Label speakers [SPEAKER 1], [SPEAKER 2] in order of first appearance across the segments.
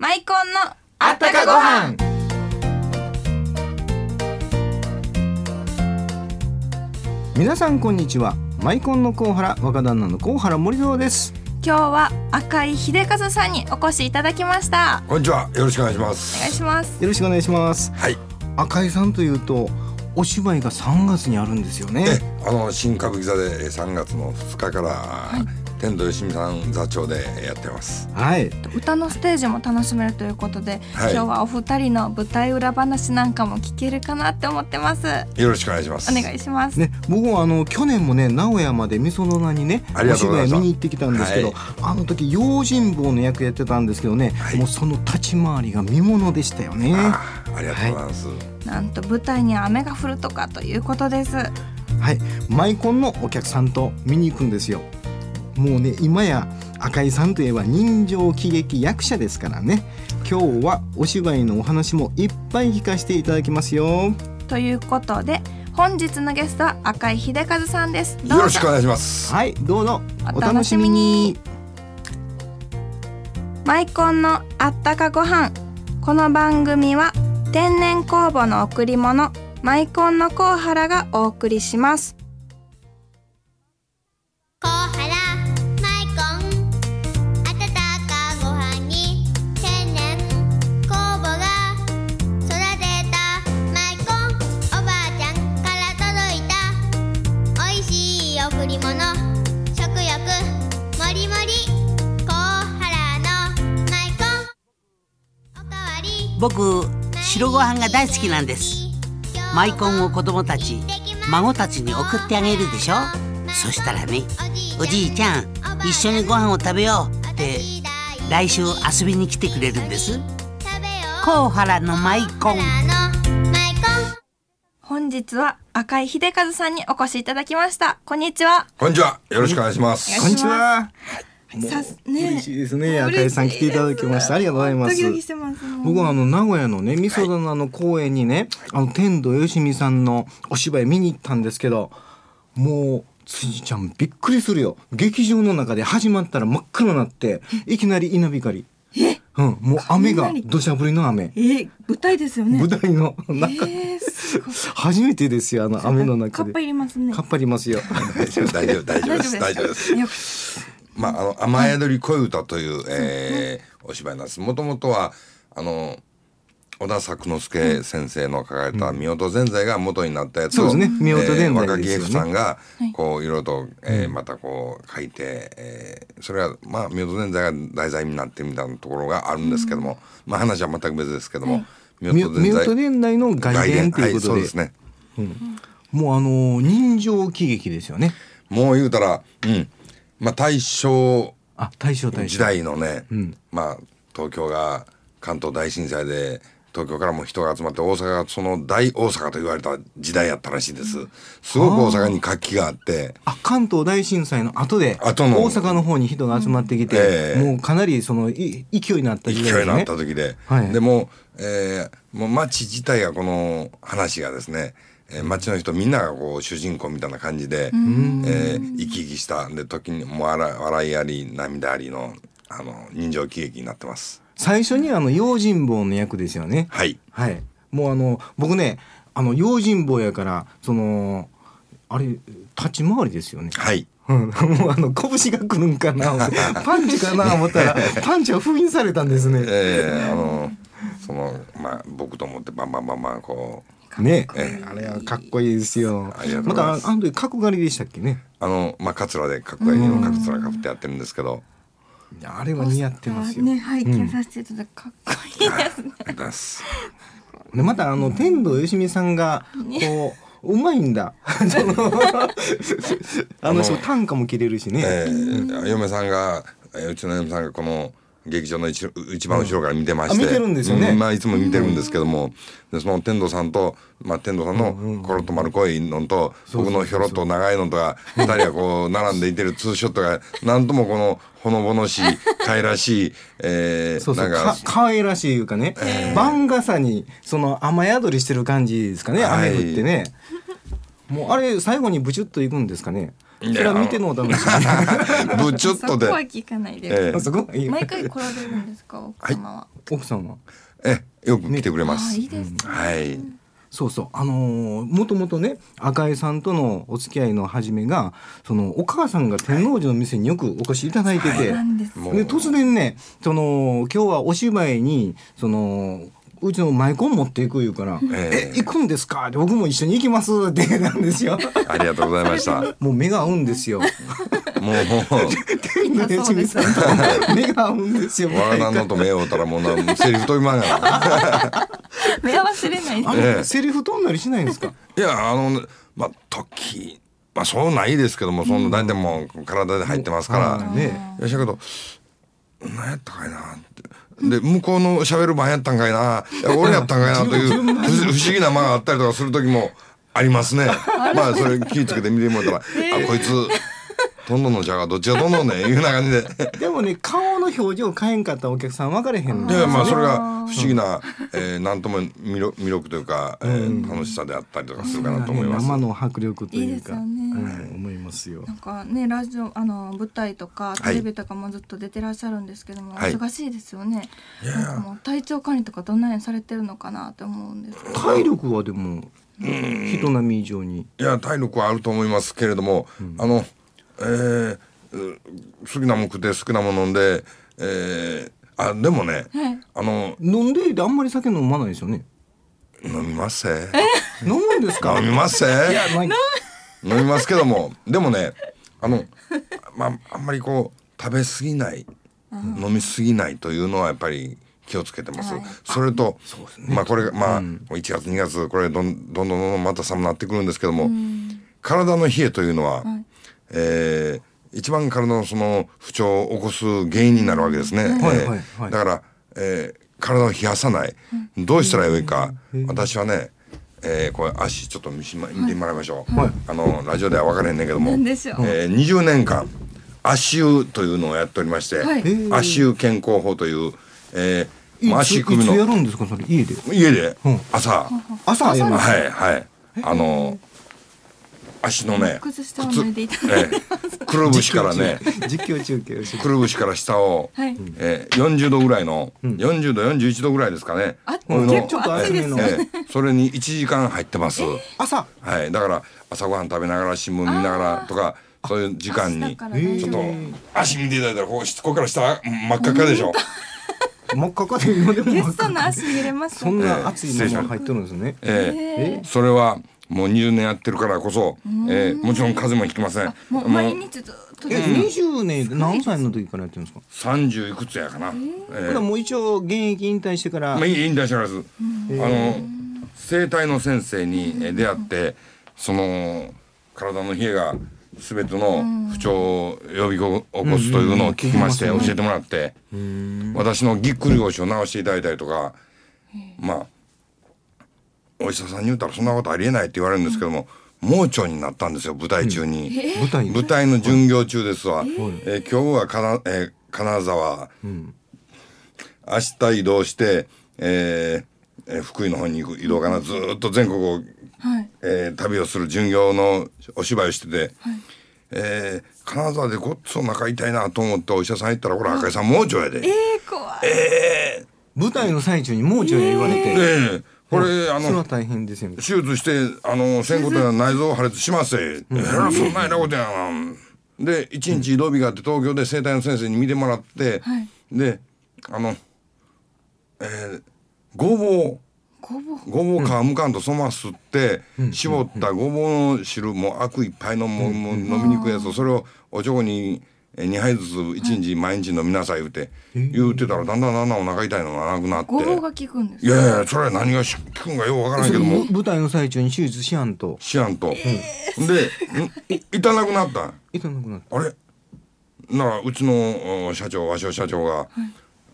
[SPEAKER 1] コンの
[SPEAKER 2] あったかご飯
[SPEAKER 3] 皆さんこんにちはマイコンのコウハラ若旦那のコウハラ森蔵です
[SPEAKER 1] 今日は赤井秀和さんにお越しいただきました
[SPEAKER 2] こんにちは。よろしくお願いしま
[SPEAKER 1] お願い
[SPEAKER 2] す。
[SPEAKER 1] します
[SPEAKER 3] よろしくお願いします
[SPEAKER 2] はい。
[SPEAKER 3] 赤井さんというとお芝居が3月にあるんですよ
[SPEAKER 2] え
[SPEAKER 3] ね、
[SPEAKER 2] あの新歌舞伎座でえー3月の2日から、天童よしみさん座長でやってます。
[SPEAKER 3] はい
[SPEAKER 1] 歌のステージも楽しめるということで、
[SPEAKER 2] はい
[SPEAKER 1] 今日はお二人の舞台裏話なんかも聞けるかなって思ってます
[SPEAKER 2] よろしくお願いします。
[SPEAKER 1] お願いします、
[SPEAKER 3] ね、僕もあの去年もね名古屋までみその名にね
[SPEAKER 2] あり
[SPEAKER 3] お
[SPEAKER 2] がとうご
[SPEAKER 3] 芝
[SPEAKER 2] ざいま
[SPEAKER 3] 居
[SPEAKER 2] した
[SPEAKER 3] 見に行ってきたんですけど、
[SPEAKER 2] は
[SPEAKER 3] あの時用心棒の役やってたんですけどね、
[SPEAKER 2] はい
[SPEAKER 3] もうその立ち回りが見ものでしたよね。は
[SPEAKER 2] あーありがとうございます。
[SPEAKER 1] なんと舞台に雨が降るとかということです
[SPEAKER 3] い、マイコンのお客さんと見に行くんですよ。もうね今や赤井さんといえば人情喜劇役者ですからね今日はお芝居のお話もいっぱい聞かせていただきますよ。
[SPEAKER 1] ということで本日のゲストは赤井秀和さんですどうぞ
[SPEAKER 2] よろしくお願いします。
[SPEAKER 3] はいどうぞ
[SPEAKER 1] お
[SPEAKER 3] お楽しみに。
[SPEAKER 1] マイコンのあったかご飯この番組は天然酵母の贈り物マイコンのコウハラがお送りします
[SPEAKER 4] コウハラマイコン温かご飯に天然酵母が育てたマイコンおばあちゃんから届いたおいしい贈り物食欲もりもりコウハラのマイコンおかわり
[SPEAKER 5] 僕白ご飯が大好きなんですマイコンを子供たち孫たちに送ってあげるでしょそしたらねおじいちゃん一緒にご飯を食べようって来週遊びに来てくれるんですコウハラのマイコン
[SPEAKER 1] 本日は赤井秀和さんにお越しいただきましたこんにちは
[SPEAKER 2] こんにちは。よろしくお願いします。
[SPEAKER 3] こんにちは。も
[SPEAKER 1] さ
[SPEAKER 3] う
[SPEAKER 1] ね
[SPEAKER 3] 嬉しいですね。赤井さん来ていただきました。ありがとうございます
[SPEAKER 1] ドキ。ドキしてます
[SPEAKER 3] 僕はあの名古屋のね、味噌棚の公園にね、あの天童よしみさんのお芝居見に行ったんですけど。もう辻ちゃんびっくりするよ。劇場の中で始まったら真っ暗になって、いきなり稲光。うん、もう雨が
[SPEAKER 1] 雷
[SPEAKER 3] 土砂降りの雨。
[SPEAKER 1] えー、舞台ですよね
[SPEAKER 3] 舞台の中、
[SPEAKER 1] えー、すごい
[SPEAKER 3] 初めてですよ。あの雨の
[SPEAKER 1] カ
[SPEAKER 3] 中
[SPEAKER 1] ッパ
[SPEAKER 3] で。
[SPEAKER 1] いりますね
[SPEAKER 3] かっぱりますよ。
[SPEAKER 2] 大丈夫大丈夫大丈夫です。大丈夫です。
[SPEAKER 1] よ
[SPEAKER 2] まああの雨宿り恋歌という、えーお芝居なんです。もともとはあの小田作之助先生の書かれた「夫婦全財」が元になったやつを、
[SPEAKER 3] そうですね
[SPEAKER 2] えー
[SPEAKER 3] 夫婦全財
[SPEAKER 2] 若
[SPEAKER 3] で
[SPEAKER 2] 木
[SPEAKER 3] す
[SPEAKER 2] 英
[SPEAKER 3] よね
[SPEAKER 2] 夫さんがこういろいろと、えーまたこう書いて、えーそれがまあ夫婦全財が題材になってみたいなところがあるんですけども、まあ話は全く別ですけども、夫
[SPEAKER 3] み夫婦伝来の外伝っていうこ
[SPEAKER 2] は
[SPEAKER 3] と
[SPEAKER 2] そう
[SPEAKER 3] で
[SPEAKER 2] ですね。
[SPEAKER 3] もうあの人情喜劇ですよね。
[SPEAKER 2] もう言うたら、うん、まあ大正
[SPEAKER 3] あ、大正大正。
[SPEAKER 2] 時代のね、まあ東京が関東大震災で東京からも人が集まって大阪がその大大阪と言われた時代やったらしいですすごく大阪に活気があって
[SPEAKER 3] あ関東大震災の後で
[SPEAKER 2] 後の
[SPEAKER 3] 大阪の方に人が集まってきて、
[SPEAKER 2] ええ
[SPEAKER 3] もうかなりそのい勢いになった
[SPEAKER 2] 勢い
[SPEAKER 3] 時代です
[SPEAKER 2] になっ
[SPEAKER 3] ね
[SPEAKER 2] た。時で、
[SPEAKER 3] はい
[SPEAKER 2] でも,、えーもう町自体がこの話がですね、えー町の人みんながこう主人公みたいな感じで、えー生き生きしたで時にもう笑笑いあり涙ありのあの人情喜劇になってます。
[SPEAKER 3] 最初にあの用心棒の役ですよね。
[SPEAKER 2] はい
[SPEAKER 3] はい。もうあの僕ねあの用心棒やからそのあれ立ち回りですよね。
[SPEAKER 2] はい
[SPEAKER 3] うん、もうあの拳が来るんかな 思ってパンチかな思ったらパンチは封印されたんですね。
[SPEAKER 2] ええあのそのまあ僕と思ってバンバンバンバンこう
[SPEAKER 3] ね、あれはかっこいいですよ
[SPEAKER 2] ありが。とう
[SPEAKER 3] ま
[SPEAKER 2] ござい
[SPEAKER 3] たあ
[SPEAKER 2] ます
[SPEAKER 3] の時角刈りでしたっけね。
[SPEAKER 2] あのまあカツラでかっこいいのカツラかぶってやってるんですけど。
[SPEAKER 3] いやあれは似合ってますよ。
[SPEAKER 1] ね拝見させていただいてかっこいいですね、
[SPEAKER 2] ありがとうございます
[SPEAKER 3] でまたあの天童よしみさんがこううまい んだ。そのあの人短歌も切れるしね。
[SPEAKER 2] ええ嫁さんが、えーうちの嫁さんがこの劇場の一一番後ろから見てまして、
[SPEAKER 3] あ見てるんですよね
[SPEAKER 2] うまあいつも見てるんですけども、でその天童さんとまあ天童さんのコロッと丸濃いのと、僕のひょろっと長いのとが二人がこう並んでいてるツーショットがなんともこのほのぼのしい可愛らしい、えー
[SPEAKER 3] そうそう
[SPEAKER 2] なんか
[SPEAKER 3] か可愛らしいいうかね、番傘にその雨宿りしてる感じですかね
[SPEAKER 2] はい
[SPEAKER 3] 雨降ってね、もうあれ最後にブチュッといくんですかねそれは見てのお楽しみ
[SPEAKER 2] ぶちょっと
[SPEAKER 1] そ
[SPEAKER 2] で
[SPEAKER 1] こは聞かないです、
[SPEAKER 2] ええ
[SPEAKER 3] そこはいいよ
[SPEAKER 1] 毎回来られるんですか奥様は、
[SPEAKER 3] 奥さんは
[SPEAKER 2] ええよく来てくれま
[SPEAKER 1] ああ
[SPEAKER 2] す
[SPEAKER 1] いいですね、
[SPEAKER 2] はい
[SPEAKER 3] そうそうあのーもともとね赤江さんとのお付き合いの始めがそのお母さんが天王寺の店によくお越しいただいてて、
[SPEAKER 1] そうなんです
[SPEAKER 2] もう
[SPEAKER 3] で突然ねその今日はお芝居にそのうちのマイコン持っていく言うから「
[SPEAKER 2] え
[SPEAKER 3] え行くんですか?」って「僕も一緒に行きます」って言うんですよ。
[SPEAKER 2] ありがとうございま したも
[SPEAKER 3] もう目が合うんですよ。
[SPEAKER 2] う
[SPEAKER 3] 天のよし みさんと目が合うんですよ。
[SPEAKER 2] わらなんのと目を打ったらもうなセリフ飛びまんがな
[SPEAKER 1] 目は忘れない
[SPEAKER 3] あ
[SPEAKER 1] です
[SPEAKER 2] え
[SPEAKER 3] の
[SPEAKER 2] え
[SPEAKER 3] セリフ飛んだりしないんですか。
[SPEAKER 2] いやあのまあ時まあそうないですけどもそんな大体もう体で入ってますから
[SPEAKER 3] あーね。
[SPEAKER 2] よっしゃけど何やったかいなってで向こうの喋る番やったんかいないや俺やったんかいな という不思不思議な間があったりとかする時もありますねま あそれ気ぃつけて見てもらったら「あこいつどんどんのじゃがどっちがどんどんね」いうような感じで。
[SPEAKER 3] でもね顔の表情変えんかったらお客さん分かれへんの
[SPEAKER 2] いやまあそれが不思議な、えー、なんとも魅力魅力というか、えー、楽しさであったりとかするかなと思います。
[SPEAKER 3] 生の迫力というか
[SPEAKER 1] いいですよね
[SPEAKER 3] うん思いますよ
[SPEAKER 1] なんかねラジオあの舞台とか
[SPEAKER 2] い
[SPEAKER 1] テレビとかもずっと出てらっしゃるんですけども、
[SPEAKER 2] はい
[SPEAKER 1] お忙しいですよね。なんかもう体調管理とかどんなようにされてるのかなって思うんですけど。
[SPEAKER 3] 体力はでも人並み以上に
[SPEAKER 2] いや体力はあると思いますけれども、あの、えーう好きなもん食って好きなもん飲んで、えー、あでもね、
[SPEAKER 1] はい
[SPEAKER 2] あの
[SPEAKER 3] 飲んでいてあんまり酒飲まないですよね
[SPEAKER 2] 飲みますせ
[SPEAKER 3] 飲むんですか
[SPEAKER 2] 飲みますせ
[SPEAKER 3] まあ
[SPEAKER 2] 飲みますけどもでもねあのまああんまりこう食べ過ぎない、飲み過ぎないというのはやっぱり気をつけてます、
[SPEAKER 1] はい
[SPEAKER 2] それとまあこれがまあ、1月2月これどんどんどんどんまた寒くなってくるんですけども、体の冷えというのは、えー一番体のその不調を起こす原因になるわけですね、え
[SPEAKER 3] はい
[SPEAKER 2] ー
[SPEAKER 3] はいはい
[SPEAKER 2] だから、えー体を冷やさない、どうしたらよいか、私はね、えーこれ足ちょっと見しま見てもらいましょう、
[SPEAKER 3] はい
[SPEAKER 2] あのラジオでは分からへんねんけども、
[SPEAKER 1] なんでしょう
[SPEAKER 2] えー20年間足湯というのをやっておりまして、
[SPEAKER 1] はいへー
[SPEAKER 2] 足湯健康法という、えー
[SPEAKER 3] い
[SPEAKER 2] まあ
[SPEAKER 3] つ
[SPEAKER 2] 足
[SPEAKER 3] い
[SPEAKER 2] 首
[SPEAKER 3] つやる
[SPEAKER 2] の
[SPEAKER 3] んですかそれ家で
[SPEAKER 2] 家で
[SPEAKER 3] うん
[SPEAKER 2] 朝、
[SPEAKER 3] 朝やるんですか
[SPEAKER 2] はいはいあの足のね
[SPEAKER 1] 靴下を脱いでいただい
[SPEAKER 2] え
[SPEAKER 1] て。
[SPEAKER 2] ーくるぶしからね
[SPEAKER 3] 実況中継をして
[SPEAKER 2] くるぶしから下を、
[SPEAKER 1] はい
[SPEAKER 2] えー40度ぐらいの、40度41度ぐらいですかね
[SPEAKER 1] あ
[SPEAKER 2] こういうの
[SPEAKER 1] 結
[SPEAKER 3] ちょっと
[SPEAKER 1] 構暑
[SPEAKER 3] 厚
[SPEAKER 1] い
[SPEAKER 3] め
[SPEAKER 1] で
[SPEAKER 3] の
[SPEAKER 1] す。
[SPEAKER 2] ええそれに1時間入ってます、
[SPEAKER 3] 朝
[SPEAKER 2] はい、だから朝ごはん食べながら新聞見ながらとかそういう時間
[SPEAKER 1] だ
[SPEAKER 2] に
[SPEAKER 1] か
[SPEAKER 2] ち
[SPEAKER 1] ら大
[SPEAKER 2] ょ
[SPEAKER 1] 丈
[SPEAKER 2] っと
[SPEAKER 1] 夫。
[SPEAKER 2] 足見ていただいたらこうしここから下真っ赤っかでしょ
[SPEAKER 3] 真っ赤かで今でも真
[SPEAKER 1] ゲ
[SPEAKER 3] っ
[SPEAKER 1] ス
[SPEAKER 3] 赤
[SPEAKER 1] トの足見れますか。
[SPEAKER 3] そんな熱い
[SPEAKER 2] ええ
[SPEAKER 3] ものが入っとるんですね
[SPEAKER 2] ええ
[SPEAKER 3] え
[SPEAKER 2] それはもう20年やってるからこそ、ええもちろん風邪もひきません
[SPEAKER 1] もう毎日ずっとで
[SPEAKER 3] え
[SPEAKER 1] すね。
[SPEAKER 3] 20年で何歳の時からやってるんですか
[SPEAKER 2] 30いくつやかな、え
[SPEAKER 3] こ
[SPEAKER 2] え
[SPEAKER 3] れはもう一応現役引退してから
[SPEAKER 2] まあ、いいいいんだしらず、あの整体の先生にえ出会ってその体の冷えが全ての不調を呼び起こすというのを聞きまして
[SPEAKER 3] うん
[SPEAKER 2] 教
[SPEAKER 3] うん
[SPEAKER 2] えてもらって私のぎっくり腰を治していただいたりとかまあお医者さんに言ったらそんなことありえないって言われるんですけども盲腸になったんですよ舞台中に。
[SPEAKER 3] 舞台
[SPEAKER 2] 舞台の巡業中ですわ、えー今日はかな、えー金沢、明日移動して、えーえー福井の方に行く移動かなずーっと全国を、
[SPEAKER 1] はい。
[SPEAKER 2] えー旅をする巡業のお芝居をしてて、えー金沢でごっつお腹痛いなと思ってお医者さん行ったらこれ赤井さん盲腸やで。
[SPEAKER 1] え
[SPEAKER 2] え
[SPEAKER 1] ー、怖い。
[SPEAKER 3] 舞台の最中にもうちょい言われて、
[SPEAKER 2] ーこれ、あ
[SPEAKER 3] それ
[SPEAKER 2] の
[SPEAKER 3] は大変ですよね
[SPEAKER 2] 手術してあのせんことや内臓破裂しますええらそんな偉いことやなで一日移動日があって東京で整体の先生に見てもらって、
[SPEAKER 1] はい
[SPEAKER 2] であのえーごぼう
[SPEAKER 1] ごぼう。
[SPEAKER 2] ごぼう皮むかんとそばすって、絞ったごぼうの汁もうアクいっぱいのもうもう飲みにくいやつをそれをおちょこにえー2杯ずつ1日毎日飲みなさい言うて、言うてたらだんだんだんだんお腹痛いのがなくなって
[SPEAKER 1] ごぼうが効くんです
[SPEAKER 2] い
[SPEAKER 1] か。
[SPEAKER 2] やいやそれは何がし効くんかようわからんけども
[SPEAKER 3] ぶ舞台の最中に手術しやんと
[SPEAKER 2] 知らんと、でんい痛なくなったん
[SPEAKER 3] 痛なくなった
[SPEAKER 2] あれならうちのお社長鷲尾社長が、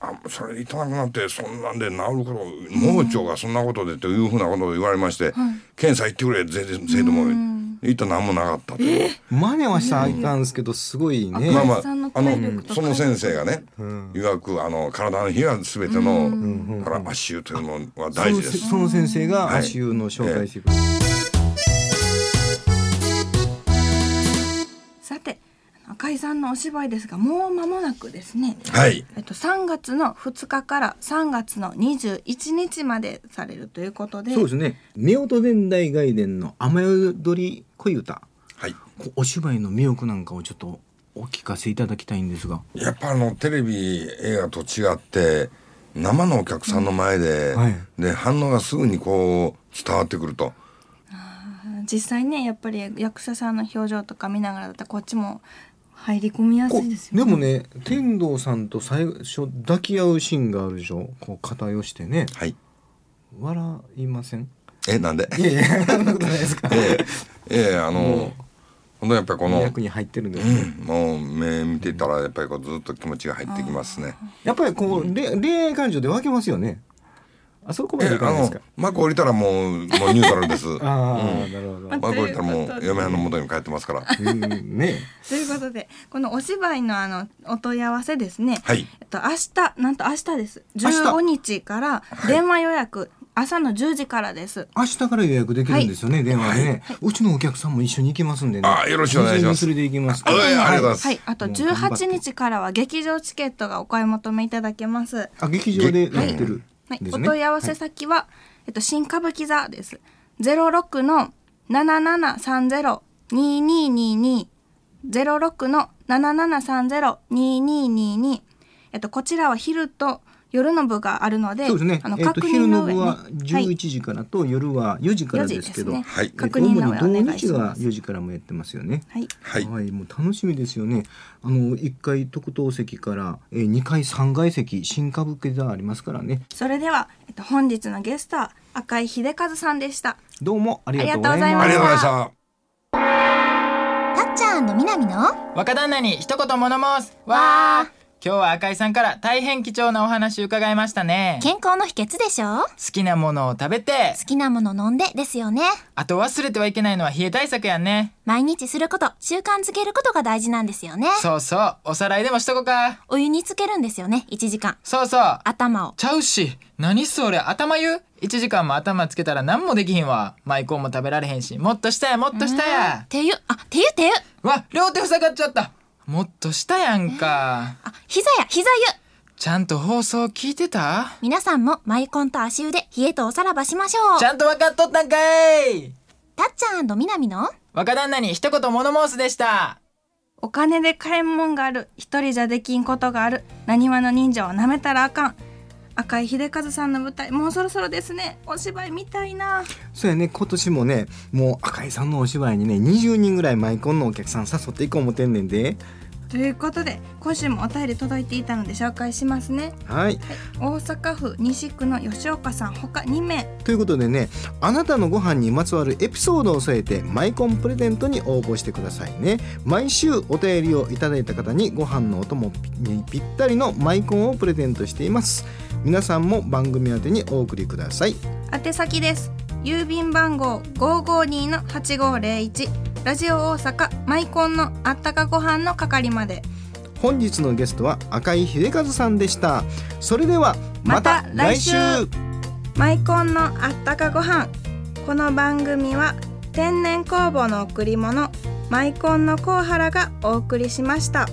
[SPEAKER 2] あ「それ痛なくなってそんなんで治ること盲腸がそんなことで」というふうなことを言われまして「検査行ってくれぜぜぜども」行ったら何もなかったという
[SPEAKER 3] 真似はしたらあかんすけどすごいね、
[SPEAKER 2] まあま
[SPEAKER 1] お客さんの
[SPEAKER 2] ああ
[SPEAKER 1] 体力
[SPEAKER 2] の
[SPEAKER 1] と
[SPEAKER 2] その先生がねいわくあの体の冷えは全てのだから足湯というのは大事で
[SPEAKER 3] その
[SPEAKER 2] す。
[SPEAKER 3] その先生が
[SPEAKER 2] はい
[SPEAKER 3] 足湯の紹介してくれる、
[SPEAKER 1] 解散のお芝居ですがもう間もなくですね、
[SPEAKER 2] はい
[SPEAKER 1] えっと、3月の2日から3月の21日までされるということで
[SPEAKER 3] そうですね夫婦伝大外伝の雨宿り恋歌
[SPEAKER 2] はい
[SPEAKER 3] こお芝居の魅力なんかをちょっとお聞かせいただきたいんですが
[SPEAKER 2] やっぱあのテレビ映画と違って生のお客さんの前で、
[SPEAKER 3] はい
[SPEAKER 2] で反応がすぐにこう伝わってくると
[SPEAKER 1] 実際ねやっぱり役者さんの表情とか見ながらだったらこっちも入り込みやす
[SPEAKER 3] こ
[SPEAKER 1] いですよ
[SPEAKER 3] でもね天童さんと最初抱き合うシーンがあるでしょこう肩寄してね
[SPEAKER 2] はい
[SPEAKER 3] 笑いません
[SPEAKER 2] えなんで
[SPEAKER 3] いやいやそんなことないですか
[SPEAKER 2] ええええあの本当やっぱ りこの、
[SPEAKER 3] 役に入ってるんです、
[SPEAKER 2] うんもう目見てたらやっぱりこうずっと気持ちが入ってきますね。
[SPEAKER 3] やっぱりこう、れ恋愛感情で分けますよねあそこま
[SPEAKER 2] え
[SPEAKER 3] でい
[SPEAKER 2] え
[SPEAKER 3] か
[SPEAKER 2] あ
[SPEAKER 3] ないです
[SPEAKER 2] の
[SPEAKER 3] か
[SPEAKER 2] 幕降りたらもうもうニュートラルです。幕
[SPEAKER 3] ああ、なるほど、
[SPEAKER 2] 降りたらもう嫁はんの元に帰ってますから。
[SPEAKER 3] うん、ね
[SPEAKER 1] ということでこのお芝居のあのお問い合わせですね、
[SPEAKER 2] はい
[SPEAKER 1] えっと、明日なんと明日です
[SPEAKER 3] 明日
[SPEAKER 1] 15日から電話予約、朝の10時からです
[SPEAKER 3] 明日から予約できるんですよね、電話でね、うちのお客さんも一緒に行きますんでね
[SPEAKER 2] あよろしくお願いします
[SPEAKER 3] 全然連れて行きます
[SPEAKER 2] あはいありがとうございます
[SPEAKER 1] はい、あと
[SPEAKER 3] もう頑張って
[SPEAKER 1] 18日からは劇場チケットがお買い求めいただけます、は
[SPEAKER 3] あ劇場でやってる
[SPEAKER 1] い
[SPEAKER 3] で
[SPEAKER 1] お
[SPEAKER 3] すね、
[SPEAKER 1] 問い合わせ先は、えっと、新歌舞伎座です06の7730-2222 06の7730-2222えっとこちらは昼と夜の部があるので
[SPEAKER 3] そうですね
[SPEAKER 1] あ。の
[SPEAKER 3] えっ
[SPEAKER 1] 確
[SPEAKER 3] と
[SPEAKER 1] 認
[SPEAKER 3] 昼
[SPEAKER 1] の上、
[SPEAKER 3] の部
[SPEAKER 1] ね
[SPEAKER 3] は
[SPEAKER 1] は
[SPEAKER 3] 11
[SPEAKER 1] い
[SPEAKER 3] 時からと夜は4時からですけど、
[SPEAKER 1] 4時ですね
[SPEAKER 2] はい
[SPEAKER 1] 確認の上
[SPEAKER 3] 主
[SPEAKER 1] お
[SPEAKER 3] に
[SPEAKER 1] 願い
[SPEAKER 3] 土日
[SPEAKER 1] しま
[SPEAKER 3] は
[SPEAKER 1] す
[SPEAKER 3] 4時からもやってますよね。
[SPEAKER 1] はい
[SPEAKER 2] はい
[SPEAKER 3] もう楽しみですよね。あの1階特等席から、えー、2階3階席新歌舞伎座ありますからね。
[SPEAKER 1] それでは、えっと、本日のゲストは赤井秀和さんでした。
[SPEAKER 3] どうもありがとうござい
[SPEAKER 1] あり
[SPEAKER 3] ま
[SPEAKER 1] が
[SPEAKER 2] あ
[SPEAKER 3] す
[SPEAKER 2] り。がとうございました。
[SPEAKER 4] たっちゃんのみなみの
[SPEAKER 6] 若旦那に一言物申すわー今日は赤井さんから大変貴重なお話伺いましたね好
[SPEAKER 4] 健康の秘訣でしょ
[SPEAKER 6] きなものを食べて
[SPEAKER 4] 好きなもの飲んでですよね
[SPEAKER 6] あと忘れてはいけないのは冷え対策やね
[SPEAKER 4] 毎日すること習慣づけることが大事なんですよね
[SPEAKER 6] そうそうおさらいでもしとこうか
[SPEAKER 4] お湯につけるんですよね1時間
[SPEAKER 6] そうそう
[SPEAKER 4] 頭を
[SPEAKER 6] ちゃうし何それ頭湯1時間も頭つけたら何もできひんわマイコンも食べられへんしもっと下やもっと下や
[SPEAKER 4] 手湯あ手湯手湯
[SPEAKER 6] わ両手塞がっちゃったもっと下やんか
[SPEAKER 4] あ膝や膝湯
[SPEAKER 6] ちゃんと放送聞いてた
[SPEAKER 4] 皆さんもマイコンと足湯で冷えとおさらばしましょう
[SPEAKER 6] ちゃんと分かっとったんかい
[SPEAKER 4] たっちゃんみなみの
[SPEAKER 6] 若旦那に一言物申すでした
[SPEAKER 1] お金で買えんもんがある、一人じゃできんことがある、何話の人情を舐めたらあかん。赤井秀和さんの舞台、もうそろそろですね。お芝居見たいな。
[SPEAKER 3] そうやね今年もねもう赤井さんのお芝居にね20人ぐらいマイコンのお客さん誘っていこう思てんねんで。
[SPEAKER 1] ということで、今週もお便り届いていたので紹介しますね。
[SPEAKER 3] はい。
[SPEAKER 1] 大阪府西区の吉岡さん、他2名。
[SPEAKER 3] ということでねあなたのご飯にまつわるエピソードを添えてマイコンプレゼントに応募してくださいね毎週お便りをいただいた方にご飯のお供にぴったりのマイコンをプレゼントしています皆さんも番組宛てにお送りください
[SPEAKER 1] 宛先です。郵便番号552-8501。ラジオ大阪マイコンのあったかご飯の係まで。
[SPEAKER 3] 本日のゲストは赤井秀和さんでしたそれではまた
[SPEAKER 1] また来週
[SPEAKER 3] 来週
[SPEAKER 1] マイコンのあったかご飯この番組は天然酵母の贈り物マイコンのコウハラがお送りしました。